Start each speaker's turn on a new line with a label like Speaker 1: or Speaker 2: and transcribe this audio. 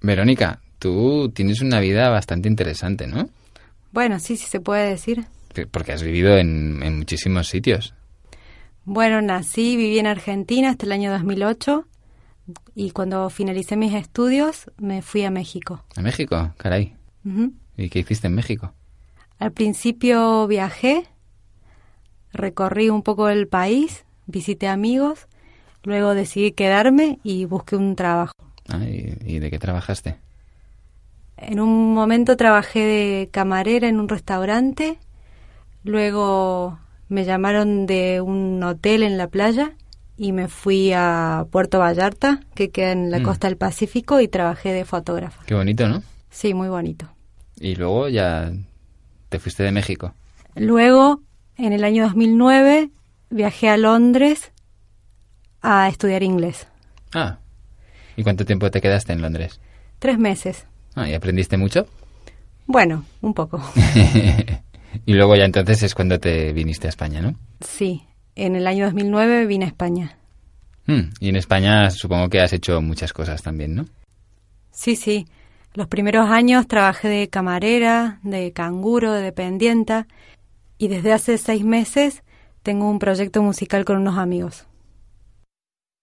Speaker 1: Verónica, tú tienes una vida bastante interesante, ¿no?
Speaker 2: Bueno, sí, sí se puede decir.
Speaker 1: Porque has vivido en, en muchísimos sitios.
Speaker 2: Bueno, nací, viví en Argentina hasta el año 2008 y cuando finalicé mis estudios me fui a México.
Speaker 1: ¿A México? Caray.
Speaker 2: Ujú.
Speaker 1: ¿Y qué hiciste en México?
Speaker 2: Al principio viajé, recorrí un poco el país, visité amigos, luego decidí quedarme y busqué un trabajo.
Speaker 1: Ah, ¿y, y de qué trabajaste?
Speaker 2: En un momento trabajé de camarera en un restaurante, luego me llamaron de un hotel en la playa y me fui a Puerto Vallarta, que queda en la
Speaker 1: Mm.
Speaker 2: costa del Pacífico, y trabajé de fotógrafa.
Speaker 1: Qué bonito, ¿no?
Speaker 2: Sí, muy bonito.
Speaker 1: Y luego ya te fuiste de México.
Speaker 2: Luego, en el año 2009, viajé a Londres a estudiar inglés.
Speaker 1: Ah. ¿Y cuánto tiempo te quedaste en Londres?
Speaker 2: Tres meses.
Speaker 1: Ah, ¿y aprendiste mucho?
Speaker 2: Bueno, un poco.
Speaker 1: y luego ya entonces es cuando te viniste a España, ¿no?
Speaker 2: Sí, en el año 2009 vine a España.
Speaker 1: Hmm, Y en España supongo que has hecho muchas cosas también, ¿no?
Speaker 2: Sí, sí. Los primeros años trabajé de camarera, de canguro, de dependienta y desde hace seis meses tengo un proyecto musical con unos amigos.